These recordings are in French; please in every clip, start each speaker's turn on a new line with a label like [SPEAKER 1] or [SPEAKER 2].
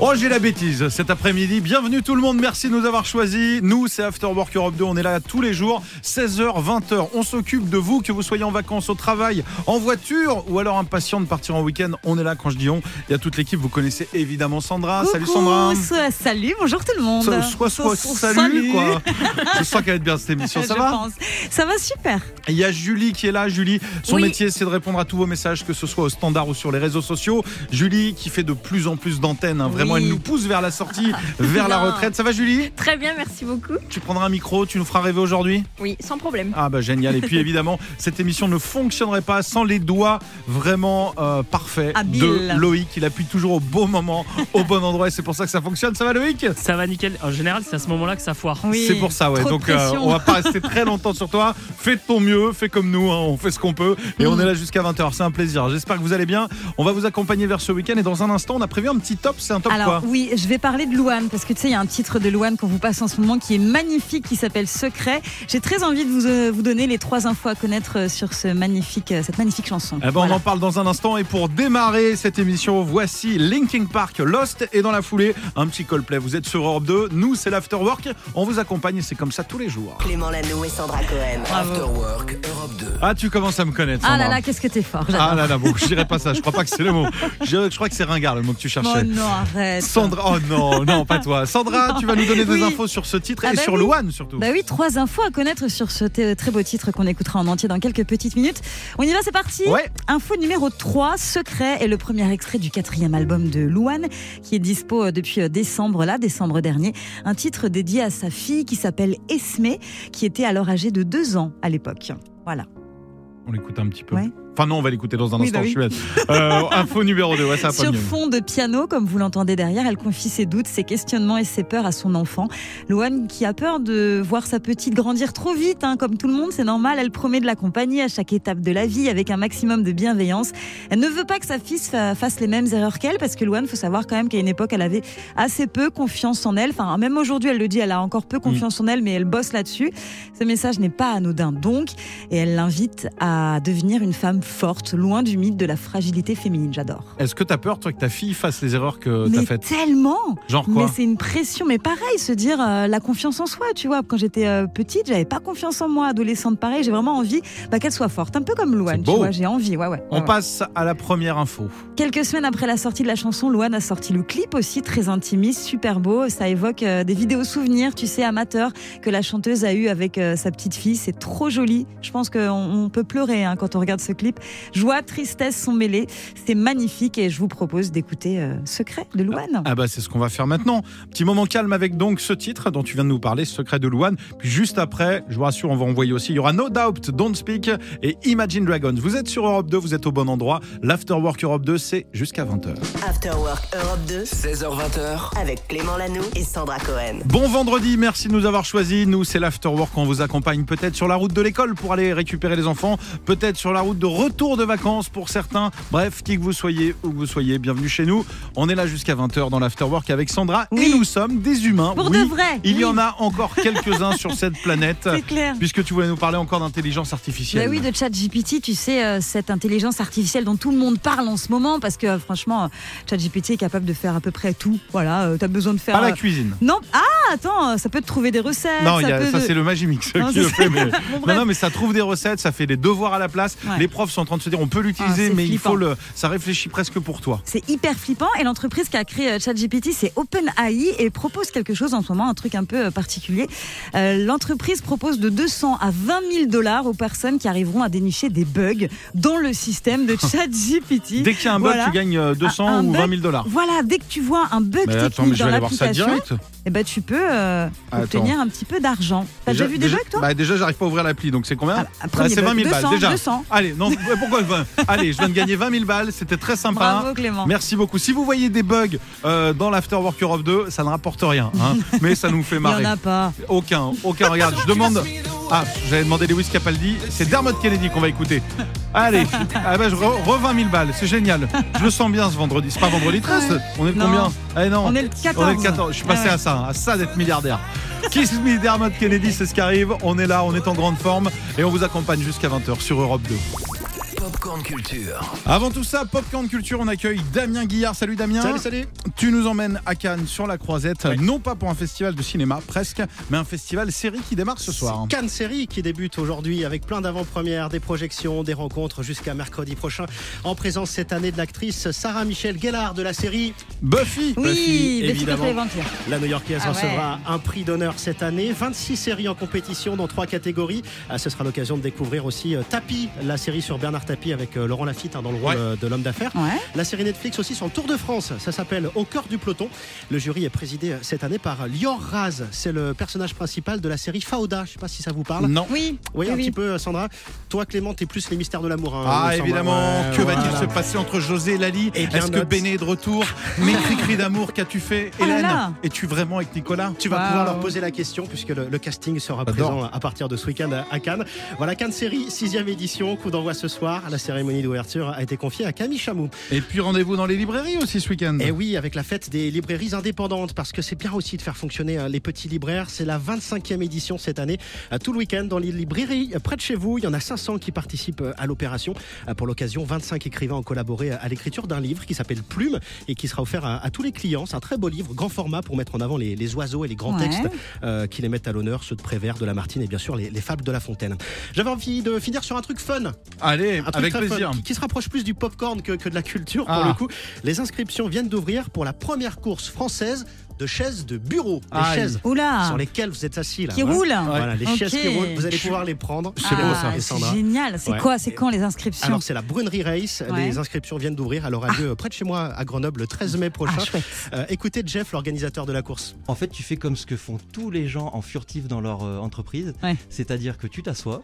[SPEAKER 1] Oh, j'ai la bêtise cet après-midi. Bienvenue tout le monde, merci de nous avoir choisis. Nous, c'est After Work Europe 2, on est là tous les jours, 16h, 20h. On s'occupe de vous, que vous soyez en vacances, au travail, en voiture ou alors impatient de partir en week-end. On est là quand je dis on. Il y a toute l'équipe, vous connaissez évidemment Sandra. Ah, Salut
[SPEAKER 2] Coucou,
[SPEAKER 1] Sandra.
[SPEAKER 2] so- Salut, bonjour tout le monde.
[SPEAKER 1] So- Soit, soit,
[SPEAKER 2] So-
[SPEAKER 1] salut, quoi. Je sens qu'elle va être bien cette émission, ça
[SPEAKER 2] Je
[SPEAKER 1] va
[SPEAKER 2] pense. Ça va super.
[SPEAKER 1] Il y a Julie qui est là. Julie, son
[SPEAKER 2] Oui.
[SPEAKER 1] métier, c'est de répondre à tous vos messages, que ce soit au standard ou sur les réseaux sociaux. Julie qui fait de plus en plus d'antennes. hein. Vraiment,
[SPEAKER 2] Oui.
[SPEAKER 1] elle nous pousse vers la sortie, vers la
[SPEAKER 3] Non.
[SPEAKER 1] retraite. Ça va, Julie
[SPEAKER 3] Très bien, merci beaucoup.
[SPEAKER 1] Tu prendras un micro, tu nous feras rêver aujourd'hui
[SPEAKER 3] Oui, sans problème.
[SPEAKER 1] Ah bah génial. Et puis évidemment, cette émission ne fonctionnerait pas sans les doigts vraiment euh, parfaits
[SPEAKER 2] Habile.
[SPEAKER 1] de Loïc. Il appuie toujours au bon moment, au bon endroit et c'est pour ça que ça fonctionne. Ça va Loïc
[SPEAKER 4] Ça va nickel. En général, c'est à ce moment-là que ça foire.
[SPEAKER 2] Oui,
[SPEAKER 1] C'est pour ça, ouais.
[SPEAKER 2] trop de
[SPEAKER 1] Donc, euh,
[SPEAKER 2] pression.
[SPEAKER 1] on va pas rester très longtemps sur toi. Fais de ton mieux, fais comme nous, hein, on fait ce qu'on peut. Et on est là jusqu'à 20h. C'est un plaisir. J'espère que vous allez bien. On va vous accompagner vers ce week-end. Et dans un instant, on a prévu un petit top. C'est un top
[SPEAKER 2] Alors
[SPEAKER 1] quoi
[SPEAKER 2] oui, je vais parler de Louane parce que tu sais, il y a un titre de Louane qu'on vous passe en ce moment qui est magnifique, qui s'appelle Secret. J'ai très envie de vous, euh, vous donner les trois infos à connaître euh, sur ce magnifique, euh, cette magnifique chanson.
[SPEAKER 1] Eh ben,
[SPEAKER 2] Voilà.
[SPEAKER 1] On en parle dans un instant. Et pour démarrer cette émission, voici Linkin Park Lost. Et dans la foulée, un petit Coldplay. Vous êtes sur Europe 2. Nous, c'est l'Afterwork. On vous accompagne. et C'est comme ça tous les jours.
[SPEAKER 5] Clément Lano et Sandra Cohen.
[SPEAKER 6] Afterwork Europe 2.
[SPEAKER 1] Ah, tu commences à me connaître.
[SPEAKER 2] Ah
[SPEAKER 1] Sandra.
[SPEAKER 2] là là, qu'est-ce que t'es fort. j'adore.
[SPEAKER 1] ah là là, bon, je dirais pas ça. Je crois pas que c'est le mot. Je, je crois que c'est ringard le mot que tu cherchais.
[SPEAKER 2] Oh non, arrête.
[SPEAKER 1] Sandra, oh non, non, pas toi. Sandra, tu vas nous donner des
[SPEAKER 2] Oui.
[SPEAKER 1] infos sur ce titre
[SPEAKER 2] Ah
[SPEAKER 1] et
[SPEAKER 2] bah
[SPEAKER 1] sur
[SPEAKER 2] oui.
[SPEAKER 1] Luan surtout.
[SPEAKER 2] Bah oui, trois infos à connaître sur ce t- très beau titre qu'on écoutera en entier dans quelques petites minutes. On y va, c'est parti
[SPEAKER 1] Ouais,
[SPEAKER 2] Info numéro 3, Secret, est le premier extrait du quatrième album de Louane, qui est dispo euh, depuis euh, décembre, là, décembre dernier. Un titre dédié à sa fille qui s'appelle Esme, qui était alors âgée de deux ans à l'époque. Voilà.
[SPEAKER 1] on l'écoute un petit peu.
[SPEAKER 2] Ouais.
[SPEAKER 1] Enfin non, on va l'écouter dans un
[SPEAKER 2] Oui,
[SPEAKER 1] instant,
[SPEAKER 2] bah
[SPEAKER 1] je suis bête. Euh, info numéro 2, ouais, ça va pas
[SPEAKER 2] Sur
[SPEAKER 1] mieux.
[SPEAKER 2] fond de piano, comme vous l'entendez derrière, elle confie ses doutes, ses questionnements et ses peurs à son enfant. Louane, qui a peur de voir sa petite grandir trop vite, hein, comme tout le monde, c'est normal, elle promet de l'accompagner à chaque étape de la vie avec un maximum de bienveillance. Elle ne veut pas que sa fille se fa- fasse les mêmes erreurs qu'elle, parce que Louane, faut savoir quand même qu'à une époque, elle avait assez peu confiance en elle. Enfin, même aujourd'hui, elle le dit, elle a encore peu confiance en elle, mais elle bosse là-dessus. Ce message n'est pas anodin, donc, et elle l'invite à devenir une femme forte, loin du mythe de la fragilité féminine. J'adore.
[SPEAKER 1] Est-ce que t'as peur, toi, que ta fille fasse les erreurs que Euh, t'as
[SPEAKER 2] Mais
[SPEAKER 1] faites
[SPEAKER 2] tellement
[SPEAKER 1] Genre
[SPEAKER 2] Mais
[SPEAKER 1] quoi
[SPEAKER 2] c'est une pression, mais pareil, se dire euh, la confiance en soi, tu vois. Quand j'étais euh, petite, j'avais pas confiance en moi, adolescente, pareil, j'ai vraiment envie bah, qu'elle soit forte, un peu comme
[SPEAKER 1] C'est
[SPEAKER 2] Louane, tu
[SPEAKER 1] beau.
[SPEAKER 2] vois, j'ai envie, ouais, ouais.
[SPEAKER 1] On
[SPEAKER 2] ouais, ouais.
[SPEAKER 1] passe à la première info.
[SPEAKER 2] Quelques semaines après la sortie de la chanson, Louane a sorti le clip aussi, très intimiste, super beau. Ça évoque euh, des vidéos souvenirs, tu sais, amateurs, que la chanteuse a eu avec euh, sa petite fille. C'est trop joli. Je pense qu'on on peut pleurer hein, quand on regarde ce clip. Joie, tristesse sont mêlées. C'est magnifique et je vous propose d'écouter euh, Secret de Louane.
[SPEAKER 1] Ah bah c'est ce qu'on va faire maintenant. Petit moment calme avec donc ce titre dont tu viens de nous parler, Secret de Luan. Puis juste après, je vous rassure, on va envoyer aussi. Il y aura No Doubt, Don't Speak et Imagine Dragons. Vous êtes sur Europe 2, vous êtes au bon endroit. L'Afterwork Europe 2, c'est jusqu'à 20h.
[SPEAKER 5] Afterwork Europe 2
[SPEAKER 6] 16h20.
[SPEAKER 5] avec Clément Lano et Sandra Cohen.
[SPEAKER 1] Bon vendredi, merci de nous avoir choisis. Nous, c'est l'Afterwork. On vous accompagne peut-être sur la route de l'école pour aller récupérer les enfants, peut-être sur la route de retour de vacances pour certains. Bref, qui que vous soyez, où que vous soyez, bienvenue chez nous. On est là jusqu'à 20h dans l'Afterwork avec Sandra.
[SPEAKER 2] Oui.
[SPEAKER 1] Et nous sommes des humains.
[SPEAKER 2] Pour
[SPEAKER 1] Oui,
[SPEAKER 2] de vrai.
[SPEAKER 1] Il y
[SPEAKER 2] oui.
[SPEAKER 1] en a encore quelques-uns sur cette planète.
[SPEAKER 2] C'est clair.
[SPEAKER 1] Puisque tu voulais nous parler encore d'intelligence artificielle.
[SPEAKER 2] Bah oui, de ChatGPT, tu sais, euh, cette intelligence artificielle dont tout le monde parle en ce moment, parce que euh, franchement, euh, ChatGPT est capable de faire à peu près tout. Voilà, euh, t'as besoin de faire.
[SPEAKER 1] Pas la
[SPEAKER 2] euh,
[SPEAKER 1] cuisine. non
[SPEAKER 2] Non, ah, attends, euh, ça peut te trouver des recettes.
[SPEAKER 1] il y a-
[SPEAKER 2] peut
[SPEAKER 1] ça
[SPEAKER 2] te-
[SPEAKER 1] c'est le Magimix
[SPEAKER 2] Non,
[SPEAKER 1] qui le
[SPEAKER 2] c'est-
[SPEAKER 1] fait. mais-
[SPEAKER 2] Bon,
[SPEAKER 1] Non,
[SPEAKER 2] bref.
[SPEAKER 1] non, mais ça trouve des recettes, ça fait des devoirs à la place.
[SPEAKER 2] Ouais.
[SPEAKER 1] Les profs sont en train de se dire on peut l'utiliser,
[SPEAKER 2] Ah, c'est
[SPEAKER 1] mais il
[SPEAKER 2] flippant.
[SPEAKER 1] faut le. Ça réfléchit presque pour toi.
[SPEAKER 2] C'est hyper flippant et l'entreprise qui a créé euh, ChatGPT, c'est OpenAI et propose quelque chose en ce moment, un truc un peu euh, particulier. Euh, l'entreprise propose de 200 à 20 000 dollars aux personnes qui arriveront à dénicher des bugs dans le système de ChatGPT.
[SPEAKER 1] Dès qu'il y a un bug,
[SPEAKER 2] Voilà. Ah,
[SPEAKER 1] tu gagnes euh, 200
[SPEAKER 2] Un
[SPEAKER 1] ou
[SPEAKER 2] bug
[SPEAKER 1] 20 000 dollars.
[SPEAKER 2] Voilà, dès que tu vois un bug
[SPEAKER 1] Mais
[SPEAKER 2] technique
[SPEAKER 1] attends, mais je
[SPEAKER 2] dans
[SPEAKER 1] vais aller voir ça
[SPEAKER 2] l'application,
[SPEAKER 1] direct.
[SPEAKER 2] eh ben, tu peux euh,
[SPEAKER 1] Attends.
[SPEAKER 2] obtenir un petit peu d'argent. T'as déjà, vu des bugs, toi
[SPEAKER 1] bah, Déjà, j'arrive pas à ouvrir l'appli, donc c'est combien
[SPEAKER 2] Ah, bah, premier
[SPEAKER 1] C'est
[SPEAKER 2] bug,
[SPEAKER 1] 20 000 balles
[SPEAKER 2] 200,
[SPEAKER 1] déjà.
[SPEAKER 2] 200.
[SPEAKER 1] Allez, non, pourquoi 20 Allez, je viens de gagner 20 000 balles, c'était très sympa. hein.
[SPEAKER 2] Bravo, Clément.
[SPEAKER 1] Merci beaucoup. Si vous voyez des bugs euh, dans l'Afterwork Europe 2, ça ne rapporte rien, hein, mais ça nous fait
[SPEAKER 2] Il n'y en
[SPEAKER 1] marrer.
[SPEAKER 2] a pas.
[SPEAKER 1] Aucun, aucun. Regarde, je demande. Ah, j'avais demandé Lewis Capaldi. C'est Dermot Kennedy qu'on va écouter. Allez, ah bah, je re, re 20 000 balles, c'est génial. Je le sens bien ce vendredi. C'est pas vendredi 13, on est le
[SPEAKER 2] Non.
[SPEAKER 1] combien Eh non.
[SPEAKER 2] On est le
[SPEAKER 1] On est
[SPEAKER 2] 14.
[SPEAKER 1] le 14. Je suis passé
[SPEAKER 2] Ah ouais.
[SPEAKER 1] à ça, hein, à ça d'être milliardaire. Kiss me, Dermot Kennedy, c'est ce qui arrive. On est là, on est en grande forme et on vous accompagne jusqu'à 20h sur Europe 2.
[SPEAKER 6] Popcorn Culture.
[SPEAKER 1] Avant tout ça, Popcorn Culture, on accueille Damien Guillard. Salut Damien.
[SPEAKER 7] Salut, salut.
[SPEAKER 1] Tu nous emmènes à Cannes sur la croisette, non pas pour un festival de cinéma, presque, mais un festival série qui démarre ce soir.
[SPEAKER 7] Cannes série qui débute aujourd'hui avec plein d'avant-premières, des projections, des rencontres jusqu'à mercredi prochain. En présence cette année de l'actrice Sarah Michelle Gellar de la série
[SPEAKER 1] Buffy
[SPEAKER 2] Oui,
[SPEAKER 7] Buffy,
[SPEAKER 2] Buffy contre les
[SPEAKER 7] évidemment.
[SPEAKER 2] vampires.
[SPEAKER 7] La New-Yorkaise
[SPEAKER 2] Ah ouais.
[SPEAKER 7] recevra un prix d'honneur cette année. 26 séries en compétition dans trois catégories. Ah, ce sera l'occasion de découvrir aussi euh, Tapi, la série sur Bernard Tapi avec euh, Laurent Lafitte hein, dans le rôle
[SPEAKER 1] Ouais.
[SPEAKER 7] euh, de l'homme d'affaires.
[SPEAKER 2] Ouais.
[SPEAKER 7] La série Netflix aussi sur le Tour de France, ça s'appelle Au cœur du peloton. Le jury est présidé euh, cette année par Lior Raz, c'est le personnage principal de la série Fauda. Je sais pas si ça vous parle.
[SPEAKER 1] Non.
[SPEAKER 2] Oui,
[SPEAKER 7] Oui,
[SPEAKER 2] oui,
[SPEAKER 7] un
[SPEAKER 2] Eh oui.
[SPEAKER 7] petit peu, euh, Sandra. Toi, Clément, t'es plus les mystères de l'amour. hein,
[SPEAKER 1] Ah
[SPEAKER 7] il me semble.
[SPEAKER 1] évidemment,
[SPEAKER 7] Ouais,
[SPEAKER 1] que va-t-il
[SPEAKER 7] voilà.
[SPEAKER 1] se passer entre José et Lali
[SPEAKER 7] Eh bien,
[SPEAKER 1] Est-ce que
[SPEAKER 7] note.
[SPEAKER 1] Béné est de retour Mes cris cris d'amour, qu'as-tu fait
[SPEAKER 2] Oh Ah. là
[SPEAKER 1] Hélène,
[SPEAKER 2] là.
[SPEAKER 1] es-tu vraiment avec Nicolas
[SPEAKER 7] Tu vas
[SPEAKER 2] Wow.
[SPEAKER 7] pouvoir leur poser la question puisque le, le casting sera
[SPEAKER 1] J'adore.
[SPEAKER 7] présent à partir de ce week-end à- à Cannes. Voilà, Cannes Série, sixième édition, coup d'envoi ce soir. La cérémonie d'ouverture a été confiée à Camille Chamou.
[SPEAKER 1] Et puis rendez-vous dans les librairies aussi ce week-end.
[SPEAKER 7] Et Eh oui, avec la fête des librairies indépendantes, parce que c'est bien aussi de faire fonctionner euh, les petits libraires. C'est la 25e édition cette année. Euh, Tout le week-end, dans les librairies euh, près de chez vous, il y en a 500 qui participent euh, à l'opération. Euh, Pour l'occasion, 25 écrivains ont collaboré euh, à l'écriture d'un livre qui s'appelle Plume et qui sera offert à, à tous les clients. C'est un très beau livre, grand format pour mettre en avant les, les oiseaux et les grands
[SPEAKER 2] Ouais.
[SPEAKER 7] textes euh, qui les mettent à l'honneur, ceux de Prévert, de Lamartine et bien sûr les, les fables de La Fontaine. J'avais envie de finir sur un truc fun.
[SPEAKER 1] Allez,
[SPEAKER 7] Un truc
[SPEAKER 1] avec
[SPEAKER 7] très fun,
[SPEAKER 1] plaisir.
[SPEAKER 7] qui, qui se rapproche plus du popcorn que, que de la culture pour
[SPEAKER 1] Ah.
[SPEAKER 7] le coup. Les inscriptions viennent d'ouvrir pour la première course française de chaises de bureau. Les
[SPEAKER 1] Aïe.
[SPEAKER 7] chaises
[SPEAKER 2] Oula,
[SPEAKER 7] sur lesquelles vous êtes assis là.
[SPEAKER 2] Ah. qui
[SPEAKER 7] voilà.
[SPEAKER 2] roule.
[SPEAKER 7] Voilà, les
[SPEAKER 2] Ok.
[SPEAKER 7] chaises qui roulent. Vous allez pouvoir les prendre.
[SPEAKER 1] C'est beau, ça.
[SPEAKER 2] Ah,
[SPEAKER 7] Et Sandra.
[SPEAKER 2] C'est génial. C'est
[SPEAKER 7] Ouais.
[SPEAKER 2] quoi C'est quand les inscriptions
[SPEAKER 7] Alors c'est la Brunerie Race.
[SPEAKER 2] Ouais.
[SPEAKER 7] Les inscriptions viennent d'ouvrir. Elle aura lieu près de chez moi à Grenoble le 13 mai prochain.
[SPEAKER 2] Ah, chouette.
[SPEAKER 7] Euh, écoutez Jeff, l'organisateur de la course.
[SPEAKER 8] En fait, tu fais comme ce que font tous les gens en furtif dans leur euh, entreprise,
[SPEAKER 2] Ouais.
[SPEAKER 8] c'est-à-dire que tu t'assois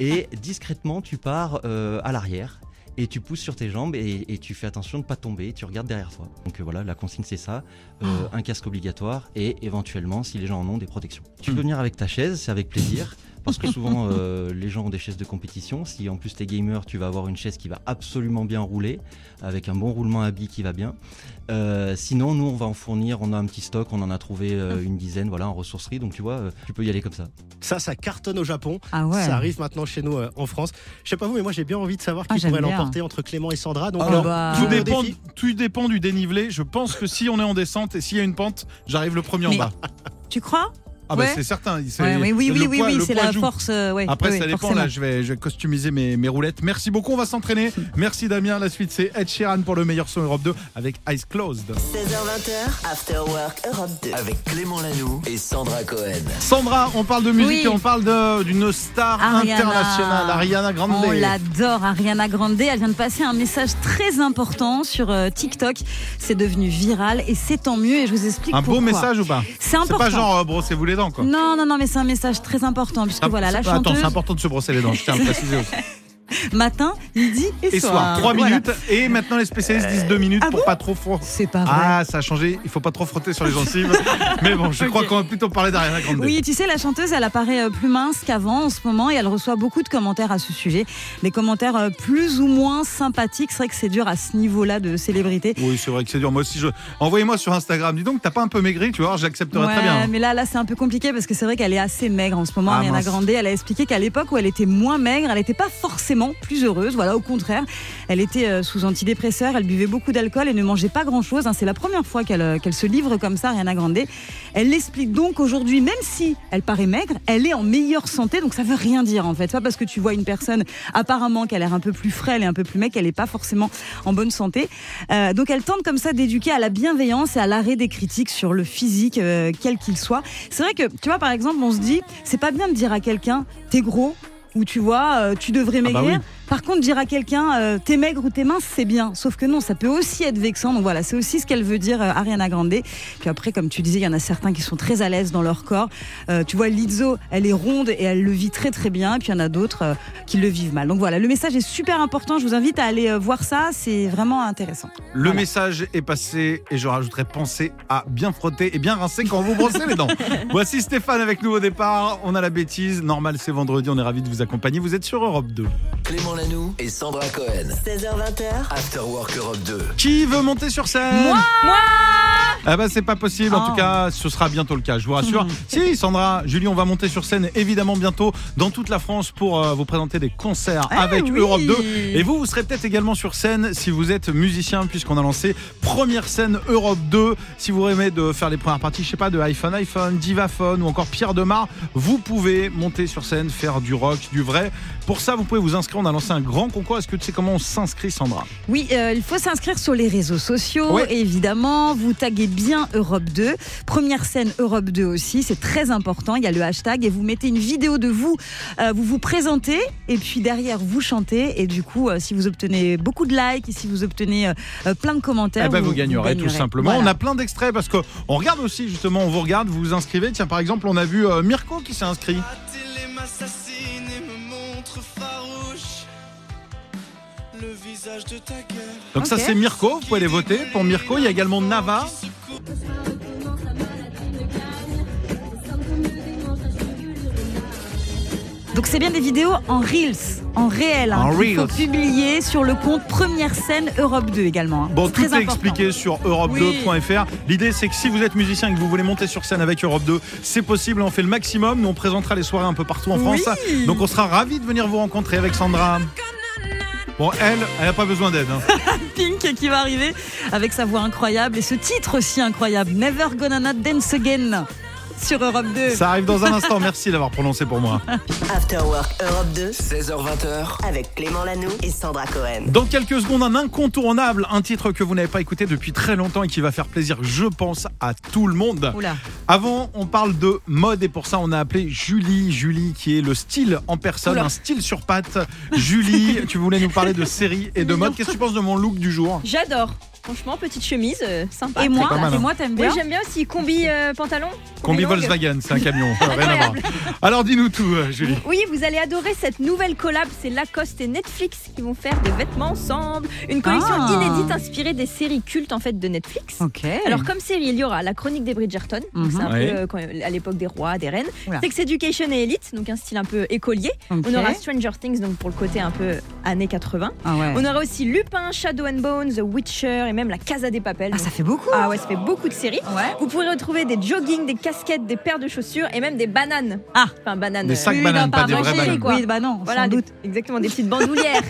[SPEAKER 8] et discrètement tu pars euh, à l'arrière et tu pousses sur tes jambes et, et tu fais attention de pas tomber, tu regardes derrière toi. Donc euh, voilà, la consigne c'est ça, euh, un casque obligatoire et éventuellement, si les gens en ont, des protections. Tu peux venir avec ta chaise, c'est avec plaisir. Parce que souvent, euh, les gens ont des chaises de compétition. Si en plus t'es gamer, tu vas avoir une chaise qui va absolument bien rouler, avec un bon roulement à billes qui va bien. Euh, sinon, nous, on va en fournir. On a un petit stock. On en a trouvé euh, une dizaine, voilà, en ressourcerie. Donc, tu vois, euh, tu peux y aller comme ça.
[SPEAKER 7] Ça, ça cartonne au Japon.
[SPEAKER 2] Ah ouais.
[SPEAKER 7] Ça arrive maintenant chez nous euh, en France. Je sais pas vous, mais moi j'ai bien envie de savoir qui
[SPEAKER 2] Ah, j'aime
[SPEAKER 7] pourrait
[SPEAKER 2] bien.
[SPEAKER 7] l'emporter entre Clément et Sandra. Donc, euh,
[SPEAKER 2] Ah
[SPEAKER 7] alors,
[SPEAKER 2] bah.
[SPEAKER 7] je vous
[SPEAKER 1] Tout
[SPEAKER 2] Ah.
[SPEAKER 7] mets au
[SPEAKER 1] dépend,
[SPEAKER 7] défi.
[SPEAKER 1] tout dépend du dénivelé. Je pense que si on est en descente et s'il y a une pente, j'arrive le premier en
[SPEAKER 2] Mais-
[SPEAKER 1] bas.
[SPEAKER 2] Tu crois
[SPEAKER 1] Ah bah
[SPEAKER 2] ouais.
[SPEAKER 1] c'est certain. c'est-
[SPEAKER 2] Ouais, Oui, oui,
[SPEAKER 1] le
[SPEAKER 2] oui, oui,
[SPEAKER 1] poids-
[SPEAKER 2] oui,
[SPEAKER 1] le
[SPEAKER 2] c'est
[SPEAKER 1] poids
[SPEAKER 2] la
[SPEAKER 1] joue.
[SPEAKER 2] force. euh, ouais,
[SPEAKER 1] Après,
[SPEAKER 2] ouais,
[SPEAKER 1] ça
[SPEAKER 2] ouais,
[SPEAKER 1] dépend.
[SPEAKER 2] forcément.
[SPEAKER 1] Là, je vais, je vais customiser mes, mes roulettes. Merci beaucoup. On va s'entraîner. Merci Damien. La suite, c'est Ed Sheeran pour le meilleur son Europe 2 avec Eyes Closed.
[SPEAKER 5] 16h20, After Work Europe 2.
[SPEAKER 6] Avec Clément Lanoux et Sandra Cohen.
[SPEAKER 1] Sandra, on parle de musique
[SPEAKER 2] Oui.
[SPEAKER 1] et on parle de- d'une star
[SPEAKER 2] Ariana.
[SPEAKER 1] internationale, Ariana Grande.
[SPEAKER 2] On l'adore, Ariana Grande. Elle vient de passer un message très important sur euh, TikTok. C'est devenu viral et c'est tant mieux. Et je vous explique
[SPEAKER 1] Un beau
[SPEAKER 2] pourquoi.
[SPEAKER 1] message ou pas
[SPEAKER 2] C'est important.
[SPEAKER 1] C'est pas genre euh, brossez-vous les dents quoi.
[SPEAKER 2] Non, non, non, mais c'est un message très important puisque
[SPEAKER 1] Ah,
[SPEAKER 2] voilà, la
[SPEAKER 1] c'est- Attends,
[SPEAKER 2] chanteuse
[SPEAKER 1] c'est important de se brosser les dents, je tiens à le préciser aussi.
[SPEAKER 2] matin, midi et,
[SPEAKER 1] Et soir, 3
[SPEAKER 2] Voilà.
[SPEAKER 1] minutes, et maintenant les spécialistes disent 2 minutes
[SPEAKER 2] ah
[SPEAKER 1] pour
[SPEAKER 2] bon
[SPEAKER 1] pas trop froid.
[SPEAKER 2] C'est pas vrai.
[SPEAKER 1] Ah, ça a changé, il faut pas trop frotter sur les gencives. Mais bon, je crois qu'on va plutôt parler d'Ariana Grande.
[SPEAKER 2] Oui, tu sais, la chanteuse, elle apparaît euh, plus mince qu'avant en ce moment et elle reçoit beaucoup de commentaires à ce sujet. Des commentaires euh, plus ou moins sympathiques. C'est vrai que c'est dur à ce niveau-là de célébrité.
[SPEAKER 1] Oui, c'est vrai que c'est dur. Moi aussi, je... envoyez-moi sur Instagram. Dis donc, t'as pas un peu maigri, tu vois, j'accepterai très
[SPEAKER 2] Ouais,
[SPEAKER 1] bien.
[SPEAKER 2] mais là, là, c'est un peu compliqué parce que c'est vrai qu'elle est assez maigre en ce moment.
[SPEAKER 1] Ah,
[SPEAKER 2] Ariana
[SPEAKER 1] mince.
[SPEAKER 2] Grande, elle a expliqué qu'à l'époque où elle était moins maigre, elle n'était pas forcément plus heureuse. Voilà, au contraire, elle était euh, sous antidépresseur, elle buvait beaucoup d'alcool et ne mangeait pas grand-chose. hein. C'est la première fois qu'elle euh, qu'elle se livre comme ça, Ariana Grande. Elle l'explique donc aujourd'hui, même si elle paraît maigre, elle est en meilleure santé. Donc ça veut rien dire en fait. C'est Pas parce que tu vois une personne apparemment qui a l'air un peu plus frêle et un peu plus maigre, elle n'est pas forcément en bonne santé. Euh, donc elle tente comme ça d'éduquer à la bienveillance et à l'arrêt des critiques sur le physique, euh, quel qu'il soit. C'est vrai que, tu vois, par exemple, on se dit, c'est pas bien de dire à quelqu'un, t'es gros, ou tu vois, euh, tu devrais
[SPEAKER 1] Ah bah
[SPEAKER 2] maigrir. Par contre, dire à quelqu'un, euh, t'es maigre ou t'es mince, c'est bien. Sauf que non, ça peut aussi être vexant. Donc voilà, c'est aussi ce qu'elle veut dire, euh, Ariana Grande. Puis après, comme tu disais, il y en a certains qui sont très à l'aise dans leur corps. Euh, tu vois, Lizzo, elle est ronde et elle le vit très très bien. Et puis il y en a d'autres euh, qui le vivent mal. Donc voilà, le message est super important. Je vous invite à aller euh, voir ça. C'est vraiment intéressant.
[SPEAKER 1] Le message est passé et je rajouterai pensez à bien frotter et bien rincer quand vous brossez les dents. Voici Stéphane avec nous au départ. On a la bêtise. Normal, c'est vendredi. On est ravis de vous accompagner. Vous êtes sur Europe 2.
[SPEAKER 6] Clément Lanoux et Sandra Cohen.
[SPEAKER 5] 16h20h,
[SPEAKER 6] After Work Europe 2.
[SPEAKER 1] Qui veut monter sur scène Moi Ah bah c'est pas possible, en
[SPEAKER 2] Oh.
[SPEAKER 1] tout cas ce sera bientôt le cas, je vous rassure. si Sandra, Julie, on va monter sur scène évidemment bientôt dans toute la France pour euh, vous présenter des concerts
[SPEAKER 2] Ah
[SPEAKER 1] avec
[SPEAKER 2] oui.
[SPEAKER 1] Europe 2. Et vous, vous serez peut-être également sur scène si vous êtes musicien puisqu'on a lancé première scène Europe 2. Si vous aimez de faire les premières parties, je sais pas, de iPhone, iPhone, Divaphone ou encore Pierre Demar, vous pouvez monter sur scène, faire du rock, du vrai. Pour ça, vous pouvez vous inscrire, on a lancé un grand concours. Est-ce que tu sais comment on s'inscrit Sandra
[SPEAKER 2] Oui, euh, il faut s'inscrire sur les réseaux sociaux,
[SPEAKER 1] Ouais.
[SPEAKER 2] évidemment. Vous taguez bien Europe 2. Première scène Europe 2 aussi, c'est très important. Il y a le hashtag et vous mettez une vidéo de vous. Euh, vous vous présentez et puis derrière vous chantez. Et du coup, euh, si vous obtenez beaucoup de likes et si vous obtenez euh, euh, plein de commentaires,
[SPEAKER 1] Eh ben, vous, gagnerez tout simplement.
[SPEAKER 2] Voilà.
[SPEAKER 1] On a plein d'extraits parce que on regarde aussi justement, on vous regarde, vous vous inscrivez. Tiens, par exemple, on a vu euh, Mirko qui s'est inscrit.
[SPEAKER 9] La télé m'assassine et me montre farouche le visage de ta gueule.
[SPEAKER 1] Donc ça
[SPEAKER 2] Ok.
[SPEAKER 1] c'est Mirko, vous pouvez aller voter pour Mirko. Il y a également Nava.
[SPEAKER 2] Donc c'est bien des vidéos en reels, en réel, hein,
[SPEAKER 1] En
[SPEAKER 2] qu'il faut
[SPEAKER 1] reels.
[SPEAKER 2] publier sur le compte Première scène Europe 2 également. hein.
[SPEAKER 1] Bon,
[SPEAKER 2] C'est
[SPEAKER 1] tout
[SPEAKER 2] très
[SPEAKER 1] est
[SPEAKER 2] important.
[SPEAKER 1] expliqué sur europe2.fr. L'idée c'est que si vous êtes musicien et que vous voulez monter sur scène avec Europe 2, c'est possible, on fait le maximum. Nous on présentera les soirées un peu partout en France. Donc on sera ravis de venir vous rencontrer avec Sandra. Bon, elle, elle n'a pas besoin d'aide. hein.
[SPEAKER 2] Pink qui va arriver avec sa voix incroyable et ce titre aussi incroyable, Never Gonna Not Dance Again sur Europe 2.
[SPEAKER 1] Ça arrive dans un instant. Merci d'avoir prononcé pour moi.
[SPEAKER 5] After Work Europe 2,
[SPEAKER 6] 16h20h.
[SPEAKER 5] avec Clément Lanoux et Sandra Cohen.
[SPEAKER 1] Dans quelques secondes, un incontournable, un titre que vous n'avez pas écouté depuis très longtemps et qui va faire plaisir, je pense, à tout le monde.
[SPEAKER 2] Oula.
[SPEAKER 1] Avant, on parle de mode et pour ça, on a appelé Julie. Julie qui est le style en personne, un style sur pattes. Julie, tu voulais nous parler de séries et de mode. Qu'est-ce que tu penses de mon look du jour
[SPEAKER 3] J'adore. Franchement, petite chemise, euh, sympa.
[SPEAKER 2] Et moi,
[SPEAKER 1] pas mal,
[SPEAKER 2] et
[SPEAKER 1] hein.
[SPEAKER 2] moi t'aimes
[SPEAKER 3] Oui,
[SPEAKER 2] bien
[SPEAKER 3] j'aime bien aussi combi euh, pantalon.
[SPEAKER 1] Combi
[SPEAKER 3] longue.
[SPEAKER 1] Volkswagen, c'est un camion. Rien à voir. Alors dis-nous tout, euh, Julie.
[SPEAKER 3] Oui, vous allez adorer cette nouvelle collab. C'est Lacoste et Netflix qui vont faire des vêtements ensemble. Une collection
[SPEAKER 2] Ah.
[SPEAKER 3] inédite inspirée des séries cultes en fait de Netflix.
[SPEAKER 2] Ok.
[SPEAKER 3] Alors comme série, il y aura la chronique des Bridgerton, donc
[SPEAKER 2] Mhm.
[SPEAKER 3] c'est un
[SPEAKER 1] Ouais.
[SPEAKER 3] peu euh, quand- à l'époque des rois, des reines.
[SPEAKER 2] Oula.
[SPEAKER 3] Sex Education et Elite, donc un style un peu écolier.
[SPEAKER 2] Ok.
[SPEAKER 3] On aura Stranger Things, donc pour le côté un peu années 80.
[SPEAKER 2] Ah ouais.
[SPEAKER 3] On aura aussi Lupin, Shadow and Bone, The Witcher et même La Casa des Papel.
[SPEAKER 2] Ah, ça fait beaucoup.
[SPEAKER 3] Ah ouais, ça fait beaucoup de séries.
[SPEAKER 2] Ouais.
[SPEAKER 3] Vous pourrez retrouver des joggings, des casquettes, des paires de chaussures et même des bananes.
[SPEAKER 2] Ah.
[SPEAKER 3] Enfin, bananes.
[SPEAKER 1] Des
[SPEAKER 3] euh,
[SPEAKER 1] sacs
[SPEAKER 2] Oui,
[SPEAKER 1] bananes,
[SPEAKER 2] non,
[SPEAKER 1] pas des
[SPEAKER 2] pardon,
[SPEAKER 1] vraies
[SPEAKER 2] j'ai-
[SPEAKER 1] bananes.
[SPEAKER 3] quoi.
[SPEAKER 2] Oui, bah non,
[SPEAKER 3] Voilà,
[SPEAKER 2] sans
[SPEAKER 3] des-
[SPEAKER 2] doute.
[SPEAKER 3] exactement, des petites bandoulières.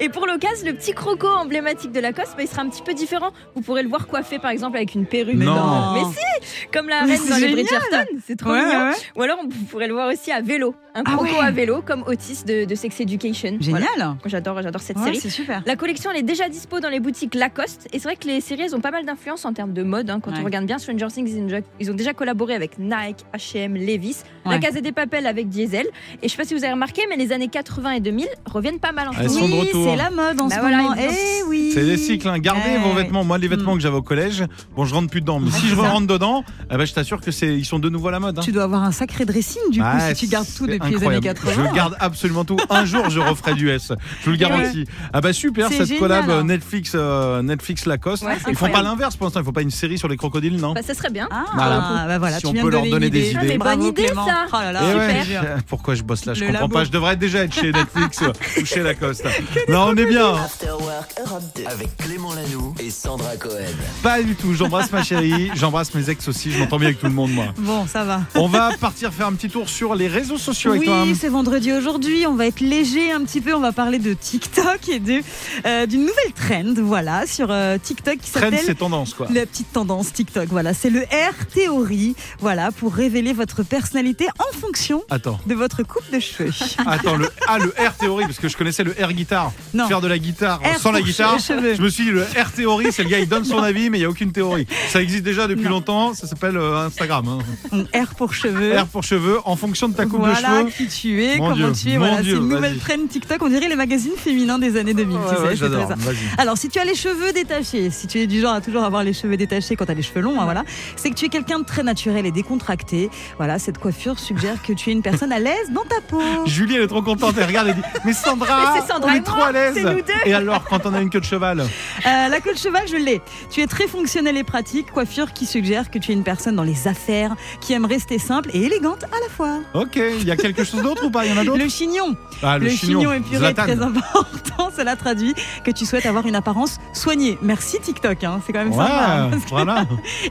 [SPEAKER 3] Et pour l'occasion, le petit croco emblématique de Lacoste, bah, il sera un petit peu différent. Vous pourrez le voir coiffé par exemple avec une perruque.
[SPEAKER 1] Non.
[SPEAKER 3] Mais si Comme la
[SPEAKER 2] Mais
[SPEAKER 3] reine
[SPEAKER 2] c'est
[SPEAKER 3] dans les
[SPEAKER 2] génial.
[SPEAKER 3] Bridgerton, c'est trop
[SPEAKER 2] Ouais,
[SPEAKER 3] mignon.
[SPEAKER 2] ouais, ouais.
[SPEAKER 3] Ou alors vous pourrez le voir aussi à vélo. Un
[SPEAKER 2] Ah
[SPEAKER 3] croco
[SPEAKER 2] ouais.
[SPEAKER 3] à vélo comme Otis de, de Sex Education. Voilà.
[SPEAKER 2] Génial.
[SPEAKER 3] J'adore, j'adore cette
[SPEAKER 2] Ouais,
[SPEAKER 3] série.
[SPEAKER 2] c'est super.
[SPEAKER 3] La collection, elle est déjà dispo dans les boutiques Lacoste. Et c'est vrai que les séries, elles ont pas mal d'influence en termes de mode. hein. Quand
[SPEAKER 2] Ouais.
[SPEAKER 3] on regarde bien Stranger Things, ils ont déjà- ils ont déjà collaboré avec Nike, H&M, Levi's,
[SPEAKER 2] Ouais.
[SPEAKER 3] La Casa des Papel avec Diesel. Et je sais pas si vous avez remarqué, mais les années 80 et 2000 reviennent pas mal en
[SPEAKER 1] Ah, Elles
[SPEAKER 3] France.
[SPEAKER 1] sont de
[SPEAKER 2] Oui,
[SPEAKER 1] retour.
[SPEAKER 2] c'est la mode en
[SPEAKER 3] Bah
[SPEAKER 2] ce
[SPEAKER 3] voilà,
[SPEAKER 2] moment.
[SPEAKER 3] ils ont-
[SPEAKER 2] Eh oui.
[SPEAKER 1] C'est des cycles, hein. gardez
[SPEAKER 2] Ouais. Hmm. Ah,
[SPEAKER 1] vos vêtements. Moi, les vêtements que j'avais au collège, bon, je rentre plus dedans, mais si je
[SPEAKER 2] c'est ça.
[SPEAKER 1] rentre dedans, eh ben, je t'assure que c'est, ils sont de nouveau à la mode. hein.
[SPEAKER 2] Tu dois avoir un sacré dressing du coup
[SPEAKER 1] Ah,
[SPEAKER 2] si tu gardes tout
[SPEAKER 1] c'est
[SPEAKER 2] depuis
[SPEAKER 1] incroyable.
[SPEAKER 2] les années 80.
[SPEAKER 1] Je garde absolument tout. Un jour, je referai du S. Je vous le garantis. Ah bah super
[SPEAKER 2] Eh C'est
[SPEAKER 1] cette
[SPEAKER 2] génial,
[SPEAKER 1] collab
[SPEAKER 2] hein.
[SPEAKER 1] euh, Netflix euh, Netflix Lacoste.
[SPEAKER 3] Ouais, c'est
[SPEAKER 1] Ils font pas
[SPEAKER 3] incroyable.
[SPEAKER 1] l'inverse pour l'instant. Ils font pas une série sur les crocodiles, non
[SPEAKER 3] Bah, ça serait bien.
[SPEAKER 2] Ah,
[SPEAKER 1] Voilà.
[SPEAKER 2] bah voilà,
[SPEAKER 1] Si
[SPEAKER 2] tu
[SPEAKER 1] on
[SPEAKER 2] viens
[SPEAKER 1] peut
[SPEAKER 2] de
[SPEAKER 1] leur donner
[SPEAKER 2] une
[SPEAKER 1] des
[SPEAKER 2] idée.
[SPEAKER 1] idées. Ah,
[SPEAKER 3] des
[SPEAKER 2] Bravo,
[SPEAKER 3] bonnes idées,
[SPEAKER 2] Clément.
[SPEAKER 3] ça.
[SPEAKER 2] Oh là là,
[SPEAKER 1] Eh ouais,
[SPEAKER 2] super.
[SPEAKER 1] je- pourquoi je bosse là Je
[SPEAKER 2] Le
[SPEAKER 1] comprends
[SPEAKER 2] labo.
[SPEAKER 1] pas. Je devrais être déjà être chez Netflix euh, ou chez Lacoste. Non, on est bien.
[SPEAKER 5] After Work Europe 2.
[SPEAKER 6] Avec Clément Lanoux et Sandra Cohen.
[SPEAKER 1] Pas du tout. J'embrasse ma chérie. J'embrasse mes ex aussi. Je m'entends bien avec tout le monde, moi.
[SPEAKER 2] Bon, ça va.
[SPEAKER 1] On va partir faire un petit tour sur les réseaux sociaux avec toi. hein.
[SPEAKER 2] Oui, c'est vendredi aujourd'hui. On va être léger un petit peu. On va parler de TikTok et de, euh, d'une nouvelle trend, voilà, sur euh, TikTok qui
[SPEAKER 1] Trend,
[SPEAKER 2] s'appelle
[SPEAKER 1] c'est tendance, quoi.
[SPEAKER 2] la petite tendance TikTok. Voilà, c'est le R théorie, voilà, pour révéler votre personnalité en fonction
[SPEAKER 1] Attends.
[SPEAKER 2] de votre coupe de cheveux.
[SPEAKER 1] Attends, le, ah, le R théorie, parce que je connaissais le R guitare.
[SPEAKER 2] Non.
[SPEAKER 1] Faire de la guitare
[SPEAKER 2] R
[SPEAKER 1] sans la
[SPEAKER 2] pour
[SPEAKER 1] guitare.
[SPEAKER 2] cheveux.
[SPEAKER 1] Je me suis dit, le R théorie, c'est le gars, il donne son avis, mais il n'y a aucune théorie. Ça existe déjà depuis
[SPEAKER 2] Non.
[SPEAKER 1] longtemps, ça s'appelle euh, Instagram. hein.
[SPEAKER 2] Donc, R pour cheveux.
[SPEAKER 1] R pour cheveux, en fonction de ta coupe
[SPEAKER 2] Euh. voilà
[SPEAKER 1] de cheveux.
[SPEAKER 2] qui tu es,
[SPEAKER 1] Mon
[SPEAKER 2] comment
[SPEAKER 1] Dieu,
[SPEAKER 2] tu es.
[SPEAKER 1] mon
[SPEAKER 2] Voilà, c'est
[SPEAKER 1] Dieu,
[SPEAKER 2] une nouvelle
[SPEAKER 1] vas-y.
[SPEAKER 2] trend TikTok. On dirait les magazines féminins des années 2000. tu
[SPEAKER 1] Ouais,
[SPEAKER 2] sais,
[SPEAKER 1] ouais,
[SPEAKER 2] c'est
[SPEAKER 1] j'adore,
[SPEAKER 2] très ça.
[SPEAKER 1] vas-y.
[SPEAKER 2] Alors, si tu as les cheveux détachés, si tu es du genre à toujours avoir les cheveux détachés quand tu as les cheveux longs, hein, voilà, c'est que tu es quelqu'un de très naturel et décontracté. Voilà, cette coiffure suggère que tu es une personne à l'aise dans ta peau.
[SPEAKER 1] Julie, elle est trop contente, elle regarde, elle dit Mais Sandra,
[SPEAKER 3] Mais c'est Sandra
[SPEAKER 1] on est
[SPEAKER 3] et moi,
[SPEAKER 1] trop à l'aise.
[SPEAKER 3] c'est nous deux.
[SPEAKER 1] Et alors, quand on a une queue de cheval
[SPEAKER 2] Euh, la queue de cheval, je l'ai. Tu es très fonctionnel et pratique, coiffure qui suggère que tu es une personne dans les affaires, qui aime rester simple et élégante à la fois.
[SPEAKER 1] Ok, il y a quelque chose d'autre ou pas Il y en a d'autres
[SPEAKER 2] Le chignon.
[SPEAKER 1] Ah,
[SPEAKER 2] Le, chignon épuré est
[SPEAKER 1] Zlatan.
[SPEAKER 2] très important. Cela traduit que tu souhaites avoir une apparence soignée. Merci TikTok, hein. c'est quand même sympa. hein,
[SPEAKER 1] Ouais,
[SPEAKER 2] parce que-
[SPEAKER 1] voilà.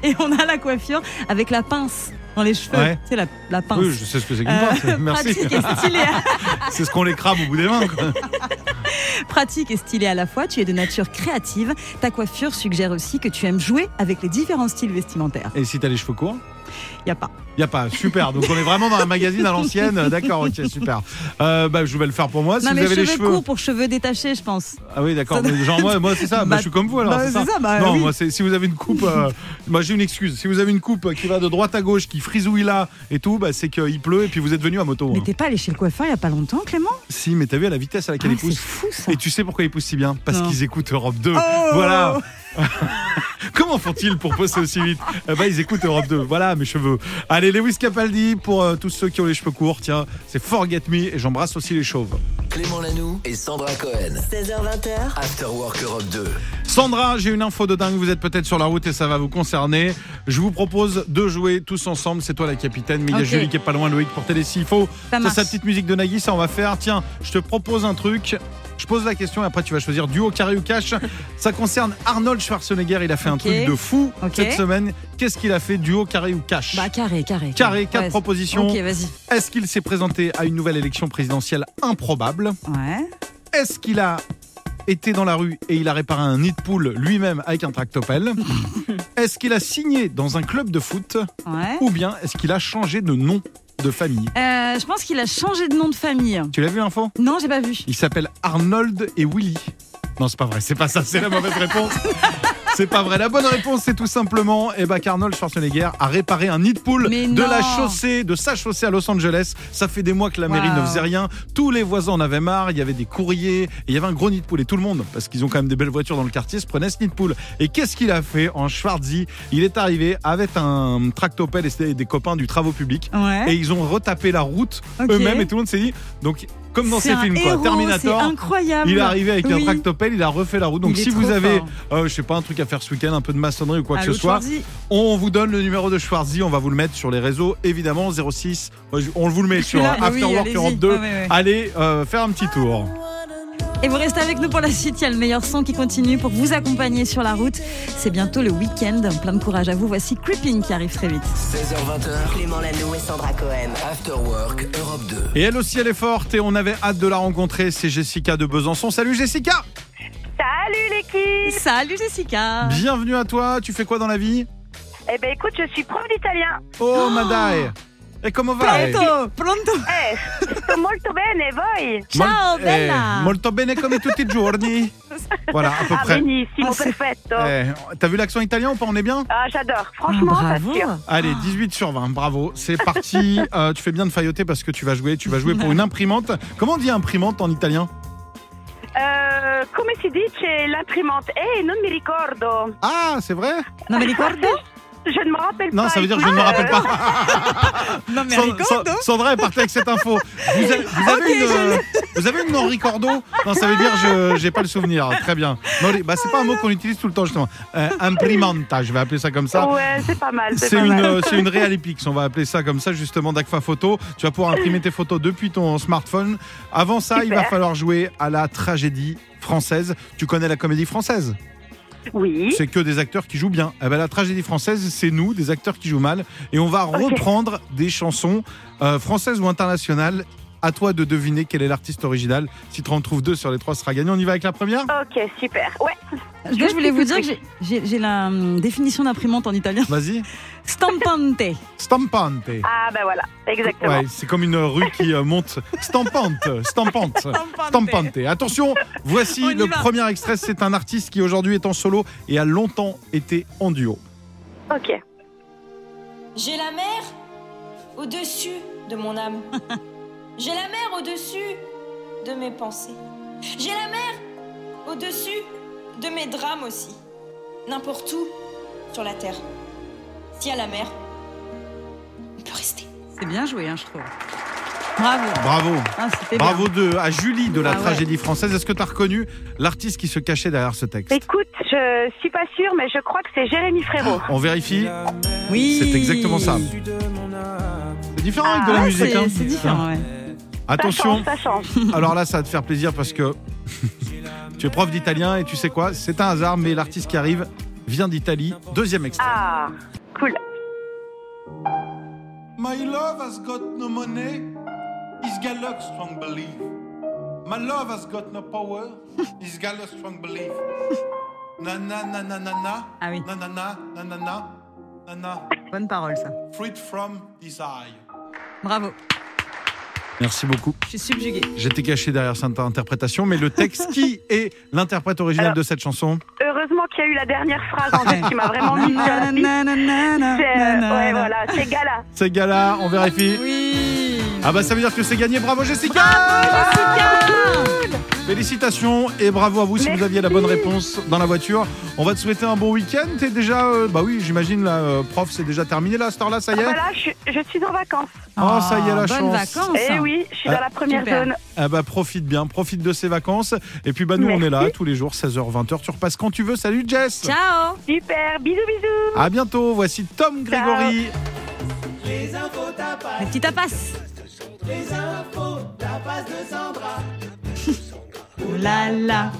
[SPEAKER 2] Et on a la coiffure avec la pince dans les cheveux.
[SPEAKER 1] Ouais.
[SPEAKER 2] C'est la, la pince.
[SPEAKER 1] Oui, je sais ce que c'est qu'une
[SPEAKER 2] Euh,
[SPEAKER 1] pince. Merci.
[SPEAKER 2] pratique, et stylée,
[SPEAKER 1] C'est ce qu'on les crabe au bout des mains. quoi.
[SPEAKER 2] pratique et stylée à la fois, tu es de nature créative. Ta coiffure suggère aussi que tu aimes jouer avec les différents styles vestimentaires.
[SPEAKER 1] Et si t'as les cheveux courts
[SPEAKER 2] Il n'y a pas.
[SPEAKER 1] Il a pas, super. Donc on est vraiment dans un magazine à l'ancienne. D'accord, ok, super. Euh, bah, je vais le faire pour moi. Si
[SPEAKER 2] non,
[SPEAKER 1] vous
[SPEAKER 2] mais
[SPEAKER 1] avez
[SPEAKER 2] cheveux,
[SPEAKER 1] les cheveux.
[SPEAKER 2] courts pour cheveux détachés, je pense.
[SPEAKER 1] Ah oui, d'accord.
[SPEAKER 2] Ça
[SPEAKER 1] Mais Genre, moi, moi c'est ça. Bah,
[SPEAKER 2] Bah,
[SPEAKER 1] je suis comme vous alors.
[SPEAKER 2] bah,
[SPEAKER 1] c'est ça.
[SPEAKER 2] c'est ça, bah,
[SPEAKER 1] non,
[SPEAKER 2] oui.
[SPEAKER 1] moi, c'est, si vous avez une coupe. euh, moi, j'ai une excuse. Si vous avez une coupe qui va de droite à gauche, qui frisouille là et tout, bah, c'est qu'il pleut et puis vous êtes venu à moto.
[SPEAKER 2] Mais
[SPEAKER 1] hein.
[SPEAKER 2] t'es pas allé chez le coiffeur il n'y a pas longtemps, Clément
[SPEAKER 1] Si, mais t'as vu à la vitesse à laquelle
[SPEAKER 2] Ah,
[SPEAKER 1] ils
[SPEAKER 2] C'est
[SPEAKER 1] poussent.
[SPEAKER 2] fou ça.
[SPEAKER 1] Et tu sais pourquoi ils poussent si bien Parce
[SPEAKER 2] Non. Oh.
[SPEAKER 1] qu'ils écoutent Europe 2. Voilà. Comment font-ils pour poster aussi vite Eh ben, Ils écoutent Europe 2. Voilà mes cheveux. Allez, Lewis Capaldi pour euh, tous ceux qui ont les cheveux courts. Tiens, c'est Forget Me et j'embrasse aussi les chauves.
[SPEAKER 6] Clément Lanoux et Sandra Cohen.
[SPEAKER 5] 16h20h,
[SPEAKER 6] After Work Europe 2.
[SPEAKER 1] Sandra, j'ai une info de dingue. Vous êtes peut-être sur la route et ça va vous concerner. Je vous propose de jouer tous ensemble. C'est toi la capitaine, mais il y a
[SPEAKER 2] Ok.
[SPEAKER 1] Julie qui est pas loin, Loïc pour télé s'il faut.
[SPEAKER 2] Ça
[SPEAKER 1] C'est
[SPEAKER 2] marche.
[SPEAKER 1] sa petite musique de Nagui, ça on va faire. Tiens, je te propose un truc. Je pose la question et après tu vas choisir duo carré ou cash. Ça concerne Arnold Schwarzenegger. Il a fait un
[SPEAKER 2] Ok.
[SPEAKER 1] truc de fou
[SPEAKER 2] Ok.
[SPEAKER 1] cette semaine. Qu'est-ce qu'il a fait duo carré ou cash
[SPEAKER 2] Bah carré, carré.
[SPEAKER 1] Carré, quatre
[SPEAKER 2] Ouais.
[SPEAKER 1] propositions.
[SPEAKER 2] Ok, vas-y.
[SPEAKER 1] Est-ce qu'il s'est présenté à une nouvelle élection présidentielle improbable
[SPEAKER 2] Ouais.
[SPEAKER 1] Est-ce qu'il a été dans la rue et il a réparé un nid de poule lui-même avec un tractopelle Est-ce qu'il a signé dans un club de foot
[SPEAKER 2] Ouais.
[SPEAKER 1] Ou bien est-ce qu'il a changé de nom de famille
[SPEAKER 2] Euh, je pense qu'il a changé de nom de famille.
[SPEAKER 1] Tu l'as vu l'info
[SPEAKER 2] Non, j'ai pas vu.
[SPEAKER 1] Il s'appelle Arnold et Willy. Non, c'est pas vrai, c'est pas ça, c'est la mauvaise réponse. C'est pas vrai. La bonne réponse, c'est tout simplement eh ben, qu'Arnold Schwarzenegger a réparé un nid de poule
[SPEAKER 2] Mais
[SPEAKER 1] de
[SPEAKER 2] non.
[SPEAKER 1] la chaussée, de sa chaussée à Los Angeles. Ça fait des mois que la mairie
[SPEAKER 2] Waouh.
[SPEAKER 1] ne faisait rien. Tous les voisins en avaient marre. Il y avait des courriers. Et il y avait un gros nid de poule. Et tout le monde, parce qu'ils ont quand même des belles voitures dans le quartier, se prenait ce nid de poule. Et qu'est-ce qu'il a fait en Schwarzy Il est arrivé avec un tractopelle et c'était des copains du travaux publics. Et
[SPEAKER 2] Ouais.
[SPEAKER 1] ils ont retapé la route
[SPEAKER 2] Ok.
[SPEAKER 1] eux-mêmes. Et tout le monde s'est dit, donc, comme dans
[SPEAKER 2] C'est
[SPEAKER 1] ces
[SPEAKER 2] un
[SPEAKER 1] films, quoi,
[SPEAKER 2] héros,
[SPEAKER 1] Terminator.
[SPEAKER 2] C'est incroyable.
[SPEAKER 1] Il est arrivé avec un
[SPEAKER 2] Oui.
[SPEAKER 1] tractopelle, il a refait la route. Donc
[SPEAKER 2] Il est
[SPEAKER 1] si vous
[SPEAKER 2] trop
[SPEAKER 1] avez,
[SPEAKER 2] fort.
[SPEAKER 1] euh, je sais pas, un truc à faire ce week-end, un peu de maçonnerie ou quoi que
[SPEAKER 2] Allô,
[SPEAKER 1] ce soit,
[SPEAKER 2] Schwarzy
[SPEAKER 1] on vous donne le numéro de Schwarzy, on va vous le mettre sur les réseaux, évidemment 06. euh, On vous le met sur
[SPEAKER 2] là, bah oui,
[SPEAKER 1] Afterwork
[SPEAKER 2] allez-y.
[SPEAKER 1] 42.
[SPEAKER 2] Ouais, ouais, ouais.
[SPEAKER 1] Allez euh, faire un petit tour. Ah.
[SPEAKER 2] Et vous restez avec nous pour la suite. Il y a le meilleur son qui continue pour vous accompagner sur la route. C'est bientôt le week-end. Plein de courage à vous. Voici Creeping qui arrive très vite.
[SPEAKER 6] 16h20h.
[SPEAKER 5] Clément Lano et Sandra Cohen.
[SPEAKER 6] After Work Europe 2.
[SPEAKER 1] Et elle aussi, elle est forte et on avait hâte de la rencontrer. C'est Jessica de Besançon. Salut Jessica
[SPEAKER 10] Salut l'équipe
[SPEAKER 2] Salut Jessica.
[SPEAKER 1] Bienvenue à toi. Tu fais quoi dans la vie
[SPEAKER 10] Eh ben écoute, je suis prof d'italien.
[SPEAKER 1] Oh, madai Et comment va
[SPEAKER 2] Pronto, pronto.
[SPEAKER 10] Eh, sto molto bene, voi
[SPEAKER 2] Ciao, bella.
[SPEAKER 1] eh, molto bene come tutti i giorni. Voilà, à peu
[SPEAKER 10] Ah
[SPEAKER 1] près.
[SPEAKER 10] benissimo,
[SPEAKER 2] Ah, c'est-
[SPEAKER 10] perfetto
[SPEAKER 1] Eh, T'as vu l'accent italien ou pas On est bien
[SPEAKER 10] oh. Ah j'adore,
[SPEAKER 2] Ah,
[SPEAKER 10] franchement,
[SPEAKER 2] bravo.
[SPEAKER 10] t'assures.
[SPEAKER 1] Allez, 18 sur 20, bravo, c'est parti. Euh, tu fais bien de failloter parce que tu vas jouer. Tu vas jouer pour une imprimante. Comment on dit imprimante en italien
[SPEAKER 10] Euh, come si dice l'imprimante Eh, non mi ricordo
[SPEAKER 1] Ah, c'est vrai
[SPEAKER 2] Non mais ricordo.
[SPEAKER 10] Je ne me rappelle
[SPEAKER 1] Non,
[SPEAKER 10] pas
[SPEAKER 1] ça veut dire je ne me rappelle pas.
[SPEAKER 2] Non mais
[SPEAKER 1] San-
[SPEAKER 2] ricordo.
[SPEAKER 1] San- Sandra est partie avec cette info. Vous, avez- vous avez
[SPEAKER 2] Ok,
[SPEAKER 1] une, euh, vous avez une non ricordo Non, ça veut dire je j'ai pas le souvenir. Très bien. Non, les- bah, c'est pas un mot qu'on utilise tout le temps justement. Euh, imprimanta, je vais appeler ça comme ça.
[SPEAKER 10] Ouais, c'est pas mal, c'est
[SPEAKER 1] C'est
[SPEAKER 10] pas
[SPEAKER 1] une,
[SPEAKER 10] mal
[SPEAKER 1] euh, c'est une Realipix, on va appeler ça comme ça justement d'Agfa Photo. Tu vas pouvoir imprimer tes photos depuis ton smartphone. Avant ça, il va
[SPEAKER 10] Super.
[SPEAKER 1] falloir jouer à la tragédie française. Tu connais la comédie française
[SPEAKER 10] Oui,
[SPEAKER 1] C'est que des acteurs qui jouent bien. Eh ben, la tragédie française, c'est nous, des acteurs qui jouent mal. Et on va reprendre des chansons euh, françaises ou internationales. À toi de deviner quel est l'artiste original. Si tu en trouves deux sur les trois, ce sera gagné. On y va avec la première
[SPEAKER 10] ok, super Ouais,
[SPEAKER 2] Moi, je voulais vous dire que j'ai- j'ai j'ai la hum, définition d'imprimante en italien.
[SPEAKER 1] Vas-y.
[SPEAKER 2] Stampante.
[SPEAKER 1] Stampante.
[SPEAKER 10] ah ben voilà, exactement
[SPEAKER 1] Ouais, c'est comme une rue qui euh, monte. Stampante, stampante, stampante. Attention, voici
[SPEAKER 2] On y
[SPEAKER 1] le
[SPEAKER 2] va.
[SPEAKER 1] premier extrait. C'est un artiste qui aujourd'hui est en solo et a longtemps été en duo.
[SPEAKER 10] Ok,
[SPEAKER 11] J'ai la mer au-dessus de mon âme. J'ai la mer au-dessus de mes pensées. J'ai la mer au-dessus de mes drames aussi. N'importe où sur la terre. S'il y a la mer, on peut rester.
[SPEAKER 2] C'est bien joué, hein, je trouve. Bravo.
[SPEAKER 1] Bravo.
[SPEAKER 2] Ah, c'était bien.
[SPEAKER 1] Bravo de, à Julie de la
[SPEAKER 2] Ah ouais.
[SPEAKER 1] tragédie française. Est-ce que tu as reconnu l'artiste qui se cachait derrière ce texte
[SPEAKER 10] écoute, je suis pas sûre, mais je crois que c'est Jérémy Frérot
[SPEAKER 1] On vérifie.
[SPEAKER 2] Oui.
[SPEAKER 1] C'est exactement ça. C'est différent avec de la
[SPEAKER 2] Ah,
[SPEAKER 1] musique.
[SPEAKER 2] c'est-
[SPEAKER 10] Ah,
[SPEAKER 1] hein.
[SPEAKER 2] C'est différent, ouais.
[SPEAKER 1] Attention.
[SPEAKER 10] change, ça change.
[SPEAKER 1] Alors là, ça va te faire plaisir parce que tu es prof d'italien et tu sais quoi C'est un hasard, mais l'artiste qui arrive vient d'Italie. Deuxième extrait.
[SPEAKER 10] Ah, cool.
[SPEAKER 12] My love has got no money, is Gallup strong belief. My love has got no power, is Gallup strong belief. Na na na na na na.
[SPEAKER 2] Ah oui.
[SPEAKER 12] Na na na na na na. Na na.
[SPEAKER 2] Bonne parole, ça.
[SPEAKER 12] Freed from desire.
[SPEAKER 2] Bravo.
[SPEAKER 1] Merci beaucoup.
[SPEAKER 2] Je suis subjuguée.
[SPEAKER 1] J'étais caché derrière cette interprétation, mais le texte, qui est l'interprète original de cette chanson
[SPEAKER 10] Heureusement qu'il y a eu la dernière phrase en fait, qui m'a vraiment mis sur la piste. C'est, euh, ouais, voilà, c'est Gala.
[SPEAKER 1] C'est Gala, on vérifie. Ah bah ça veut dire que c'est gagné. Bravo Jessica Félicitations et bravo à vous si vous aviez la bonne réponse dans la voiture. On va te souhaiter un bon week-end. T'es déjà, euh, bah oui, j'imagine la euh, prof, c'est déjà terminé là, Star là, ça y
[SPEAKER 2] Ah
[SPEAKER 1] est.
[SPEAKER 10] Voilà, je, je suis en vacances.
[SPEAKER 1] Oh, ça y est, la
[SPEAKER 2] bah Bonnes
[SPEAKER 1] chance.
[SPEAKER 2] vacances.
[SPEAKER 10] Eh oui, je suis
[SPEAKER 1] Ah.
[SPEAKER 10] dans la première
[SPEAKER 2] Super.
[SPEAKER 10] zone.
[SPEAKER 1] Ah bah profite bien, profite de ces vacances. Et puis bah nous on est là tous les jours 16h 20h. Tu repasses quand tu veux. Salut Jess.
[SPEAKER 2] Ciao
[SPEAKER 10] Super, bisous, bisous.
[SPEAKER 1] À bientôt. Voici
[SPEAKER 10] Ciao.
[SPEAKER 1] Tom Grégory.
[SPEAKER 2] Les petits tapas La la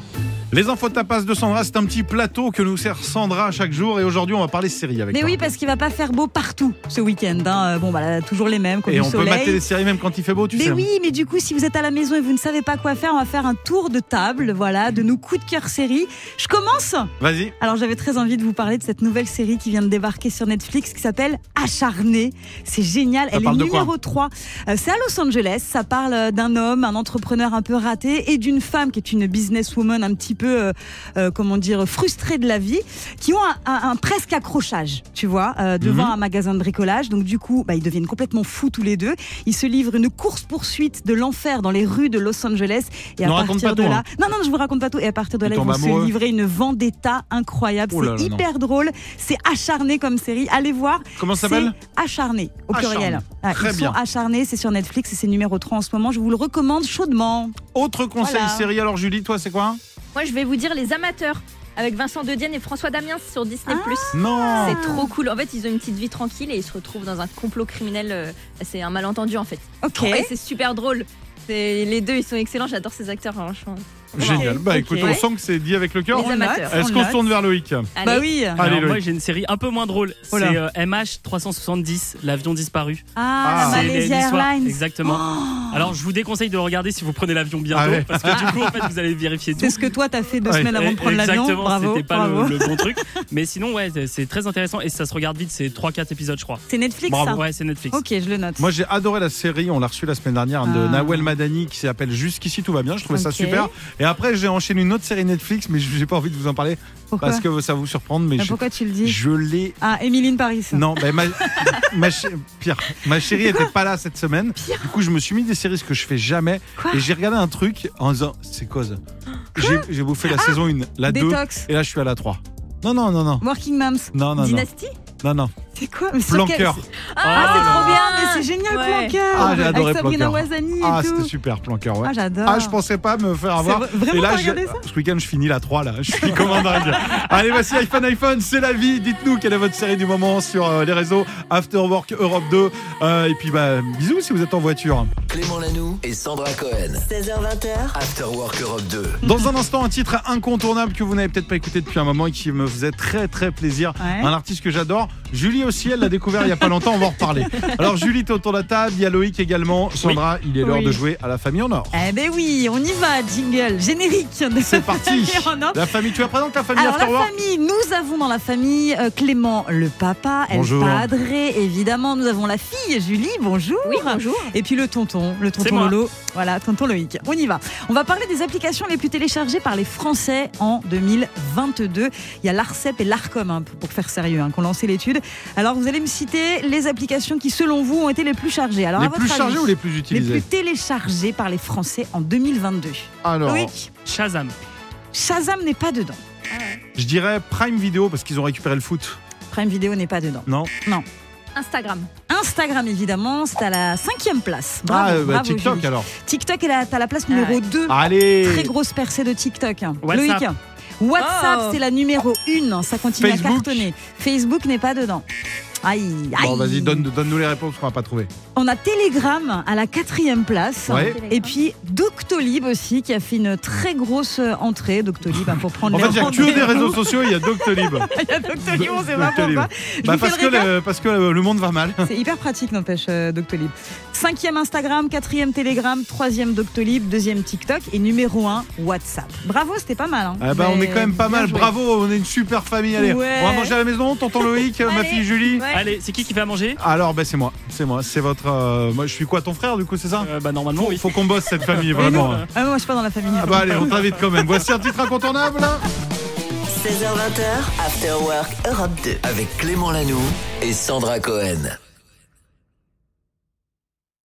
[SPEAKER 1] Les infos tapas de Sandra, c'est un petit plateau que nous sert Sandra chaque jour. Et aujourd'hui on va parler série avec.
[SPEAKER 2] Mais
[SPEAKER 1] toi.
[SPEAKER 2] oui, parce qu'il va pas faire beau partout ce week-end. hein. Euh, Bon, bah là, toujours les mêmes, comme
[SPEAKER 1] Et
[SPEAKER 2] du
[SPEAKER 1] on peut
[SPEAKER 2] soleil.
[SPEAKER 1] mater les séries même quand il fait beau, tu
[SPEAKER 2] mais
[SPEAKER 1] sais.
[SPEAKER 2] oui, mais du coup, si vous êtes à la maison et vous ne savez pas quoi faire, on va faire un tour de table, voilà, de nos coups de cœur série. Je commence
[SPEAKER 1] Vas-y.
[SPEAKER 2] Alors j'avais très envie de vous parler de cette nouvelle série qui vient de débarquer sur Netflix qui s'appelle Acharné. C'est génial, elle est
[SPEAKER 1] parle de quoi
[SPEAKER 2] numéro 3. Euh, C'est à Los Angeles, ça parle euh, d'un homme, un entrepreneur un peu raté et d'une femme qui est une businesswoman un petit peu, euh, euh, comment dire, frustrée de la vie, qui ont un, un- un presque accrochage, tu vois, euh,
[SPEAKER 1] Mhm.
[SPEAKER 2] devant un magasin de bricolage. Donc du coup, bah, ils deviennent complètement fous tous les deux. Ils se livrent une course-poursuite de l'enfer dans les rues de Los Angeles. Et à
[SPEAKER 1] Ne raconte
[SPEAKER 2] partir
[SPEAKER 1] pas
[SPEAKER 2] de
[SPEAKER 1] tout, hein.
[SPEAKER 2] là... Non, non, je vous raconte pas tout. Et à partir de
[SPEAKER 1] Ils
[SPEAKER 2] là, ils vont
[SPEAKER 1] tombent amoureux.
[SPEAKER 2] se livrer une vendetta incroyable.
[SPEAKER 1] Oh là là,
[SPEAKER 2] c'est
[SPEAKER 1] non.
[SPEAKER 2] hyper drôle. C'est acharné comme série. Allez voir.
[SPEAKER 1] Comment ça s'appelle
[SPEAKER 2] C'est Acharné, au
[SPEAKER 1] Acharné.
[SPEAKER 2] pluriel. Ah,
[SPEAKER 1] Très
[SPEAKER 2] ils
[SPEAKER 1] bien.
[SPEAKER 2] sont acharnés, c'est sur Netflix et c'est numéro 3 en ce moment. Je vous le recommande chaudement.
[SPEAKER 1] Autre conseil
[SPEAKER 2] Voilà.
[SPEAKER 1] série, alors Julie, toi c'est quoi
[SPEAKER 3] Moi, je vais vous dire les amateurs avec Vincent Dedienne et François Damiens sur Disney+.
[SPEAKER 2] Ah.
[SPEAKER 1] Non
[SPEAKER 3] C'est trop cool. En fait, ils ont une petite vie tranquille et ils se retrouvent dans un complot criminel. euh, C'est un malentendu en fait.
[SPEAKER 2] Ok.
[SPEAKER 3] Et c'est super drôle. C'est- Les deux, ils sont excellents. J'adore ces acteurs, hein, franchement.
[SPEAKER 1] Génial. Bah
[SPEAKER 2] Ok.
[SPEAKER 1] écoute, on
[SPEAKER 2] Ouais.
[SPEAKER 1] sent que c'est dit avec le cœur.
[SPEAKER 3] Les amateurs.
[SPEAKER 1] Est-ce
[SPEAKER 2] on
[SPEAKER 1] qu'on
[SPEAKER 2] note.
[SPEAKER 1] se tourne vers Loïc
[SPEAKER 3] Allez.
[SPEAKER 2] Bah
[SPEAKER 1] Allez,
[SPEAKER 2] oui.
[SPEAKER 4] Alors, moi,
[SPEAKER 1] Loïc.
[SPEAKER 4] j'ai une série un peu moins drôle.
[SPEAKER 2] Oh là.
[SPEAKER 4] C'est euh, MH370, l'avion disparu.
[SPEAKER 2] Ah,
[SPEAKER 1] Ah.
[SPEAKER 2] la
[SPEAKER 4] C'est
[SPEAKER 2] Malaysia
[SPEAKER 4] l'histoire-
[SPEAKER 2] Airlines. Oh.
[SPEAKER 4] Exactement. Alors, je vous déconseille de le regarder si vous prenez l'avion bientôt,
[SPEAKER 1] Ah ouais.
[SPEAKER 4] parce que du coup, en fait, vous allez vérifier tout.
[SPEAKER 2] C'est ce que toi, t'as fait deux
[SPEAKER 1] Ouais.
[SPEAKER 2] semaines avant de prendre l'avion.
[SPEAKER 4] Exactement,
[SPEAKER 2] Bravo.
[SPEAKER 4] c'était pas
[SPEAKER 2] bravo.
[SPEAKER 4] le, le bon truc. Mais sinon, ouais, c'est- c'est très intéressant et ça se regarde vite. C'est 3-4 épisodes, je crois.
[SPEAKER 2] C'est Netflix, ça
[SPEAKER 4] Ouais, c'est Netflix.
[SPEAKER 2] Ok, je le note.
[SPEAKER 1] Moi j'ai adoré la série, on l'a reçue la semaine dernière de
[SPEAKER 2] Ah.
[SPEAKER 1] Nawel Madani qui s'appelle Jusqu'ici tout va bien, je trouvais ça
[SPEAKER 2] Ok.
[SPEAKER 1] super. Et après j'ai enchaîné une autre série Netflix, mais j'ai pas envie de vous en parler
[SPEAKER 2] pourquoi,
[SPEAKER 1] parce que ça va vous surprendre, mais
[SPEAKER 2] Ah,
[SPEAKER 1] je,
[SPEAKER 2] pourquoi tu le dis
[SPEAKER 1] je l'ai...
[SPEAKER 2] Ah, Émiline Paris.
[SPEAKER 1] Non, bah, ma, ma ch- Pierre, ma chérie était pas là cette semaine. Du coup, je me suis mis des séries ce que je fais jamais.
[SPEAKER 2] Quoi
[SPEAKER 1] et j'ai regardé un truc en disant c'est quoi ça J'ai- J'ai bouffé
[SPEAKER 2] Ah
[SPEAKER 1] la saison 1, la 2,
[SPEAKER 2] Détox.
[SPEAKER 1] et là je suis à la 3. Non, non, non, non.
[SPEAKER 2] Working Moms.
[SPEAKER 1] Non, non, non.
[SPEAKER 3] Dynasty
[SPEAKER 1] Non, non.
[SPEAKER 2] C'est quoi Mais sur quel-
[SPEAKER 1] Planquer.
[SPEAKER 3] Ah,
[SPEAKER 2] C'est trop
[SPEAKER 3] Ah.
[SPEAKER 2] bien, mais c'est génial,
[SPEAKER 3] Ouais.
[SPEAKER 2] Planqueur
[SPEAKER 1] Ah, j'ai adoré
[SPEAKER 2] Avec Sabrina
[SPEAKER 1] Planqueur.
[SPEAKER 2] Ouazani et
[SPEAKER 1] Ah, c'était
[SPEAKER 2] tout.
[SPEAKER 1] super, Planquer, ouais.
[SPEAKER 2] Ah, j'adore.
[SPEAKER 1] Ah, je pensais pas me faire avoir.
[SPEAKER 2] C'est vrai-
[SPEAKER 1] et
[SPEAKER 2] vraiment,
[SPEAKER 1] là,
[SPEAKER 2] t'as
[SPEAKER 1] je-
[SPEAKER 2] regardé ça
[SPEAKER 1] ce week-end, je finis la 3, là. Je suis comme un dingue. Allez, voici iPhone, iPhone, c'est la vie. Dites-nous quelle est votre série du moment sur euh, les réseaux After Work Europe 2. Euh, et puis, bah, bisous si vous êtes en voiture.
[SPEAKER 6] Clément Lanoux et Sandra Cohen.
[SPEAKER 5] 16h20h,
[SPEAKER 6] After Work Europe 2.
[SPEAKER 1] Dans un instant, un titre incontournable que vous n'avez peut-être pas écouté depuis un moment et qui me faisait très très plaisir.
[SPEAKER 2] Ouais.
[SPEAKER 1] Un artiste que j'adore. Julie aussi, elle l'a découvert il y a pas longtemps, on va en reparler. Alors Julie, t'es autour de la table, il y a Loïc également. Sandra, il est l'heure
[SPEAKER 2] Oui.
[SPEAKER 1] de jouer à la famille en or.
[SPEAKER 2] Eh ben oui, on y va, jingle, générique de
[SPEAKER 1] C'est parti.
[SPEAKER 2] Famille en or.
[SPEAKER 1] La famille, tu la présentes la famille
[SPEAKER 2] Alors la
[SPEAKER 1] After Work
[SPEAKER 2] famille, nous avons dans la famille euh, Clément le papa, El
[SPEAKER 1] Bonjour.
[SPEAKER 2] Padre, évidemment, nous avons la fille Julie, bonjour.
[SPEAKER 3] Oui, bonjour.
[SPEAKER 2] Et puis le tonton, le
[SPEAKER 4] C'est
[SPEAKER 2] tonton
[SPEAKER 4] moi.
[SPEAKER 2] Lolo, voilà, tonton Loïc. On y va. On va parler des applications les plus téléchargées par les Français en 2022. Il y a l'ARCEP et l'ARCOM, hein, pour- pour faire sérieux, hein, qui ont lancé l'étude. Alors vous allez me citer les applications qui, selon vous, ont été les plus chargées. Alors à
[SPEAKER 1] Les
[SPEAKER 2] votre
[SPEAKER 1] plus
[SPEAKER 2] avis,
[SPEAKER 1] chargés ou les plus
[SPEAKER 2] les
[SPEAKER 1] utilisés
[SPEAKER 2] plus téléchargées par les Français en 2022
[SPEAKER 1] Alors,
[SPEAKER 2] Loïc,
[SPEAKER 4] Shazam.
[SPEAKER 2] Shazam n'est pas dedans.
[SPEAKER 1] je dirais Prime Video parce qu'ils ont récupéré le foot.
[SPEAKER 2] Prime Vidéo n'est pas dedans.
[SPEAKER 1] Non
[SPEAKER 3] Instagram.
[SPEAKER 2] Instagram, évidemment, c'est à la cinquième place. Bravo,
[SPEAKER 1] Ah, euh, bah,
[SPEAKER 2] bravo,
[SPEAKER 1] TikTok
[SPEAKER 2] Julie.
[SPEAKER 1] alors. Ah,
[SPEAKER 2] TikTok est à la, à la place numéro
[SPEAKER 3] Ah ouais.
[SPEAKER 2] 2.
[SPEAKER 1] Allez
[SPEAKER 2] Très grosse percée de TikTok. hein.
[SPEAKER 4] WhatsApp.
[SPEAKER 2] Loïc. WhatsApp,
[SPEAKER 3] Oh.
[SPEAKER 2] c'est la numéro 1. Ça continue
[SPEAKER 1] Facebook.
[SPEAKER 2] à cartonner. Facebook n'est pas dedans. Aïe, aïe.
[SPEAKER 1] Bon, vas-y, donne- donne-nous les réponses qu'on n'a pas trouvées.
[SPEAKER 2] On a Telegram à la quatrième place.
[SPEAKER 1] Ouais.
[SPEAKER 2] Et puis Doctolib aussi, qui a fait une très grosse euh, entrée. Doctolib hein, pour prendre
[SPEAKER 1] En
[SPEAKER 2] les
[SPEAKER 1] fait, il y a que des
[SPEAKER 2] rendez-vous.
[SPEAKER 1] réseaux sociaux, il y a Doctolib.
[SPEAKER 2] Il y a Doctolib, on sait pas
[SPEAKER 1] Doctolib.
[SPEAKER 2] pourquoi. Je
[SPEAKER 1] Bah,
[SPEAKER 2] vous fais
[SPEAKER 1] parce,
[SPEAKER 2] le
[SPEAKER 1] que
[SPEAKER 2] récap.
[SPEAKER 1] le, parce que le monde va mal.
[SPEAKER 2] C'est hyper pratique, n'empêche, euh, Doctolib. Cinquième Instagram, quatrième Telegram, troisième Doctolib, deuxième TikTok et numéro un WhatsApp. Bravo, c'était pas mal. hein.
[SPEAKER 1] Ah bah, on
[SPEAKER 2] Mais
[SPEAKER 1] est quand même pas
[SPEAKER 2] bien
[SPEAKER 1] mal,
[SPEAKER 2] joué.
[SPEAKER 1] bravo, on est une super famille. Allez,
[SPEAKER 2] Ouais.
[SPEAKER 1] on va manger à la maison, tonton Loïc, ma
[SPEAKER 2] Allez,
[SPEAKER 1] fille Julie.
[SPEAKER 2] ouais.
[SPEAKER 4] Allez, c'est qui qui va manger
[SPEAKER 1] Alors, bah, c'est moi, c'est moi, c'est votre. euh, moi, je suis quoi, ton frère, du coup, c'est ça
[SPEAKER 4] Bah, normalement,
[SPEAKER 1] faut, faut qu'on bosse cette famille,
[SPEAKER 2] Euh, Mais non.
[SPEAKER 1] vraiment.
[SPEAKER 2] Ah, moi, je suis pas dans la famille.
[SPEAKER 1] Ah, bah, allez, on t'invite quand même. Voici un titre incontournable.
[SPEAKER 5] 16h20, After Work Europe 2.
[SPEAKER 6] Avec Clément Lanoux et Sandra Cohen.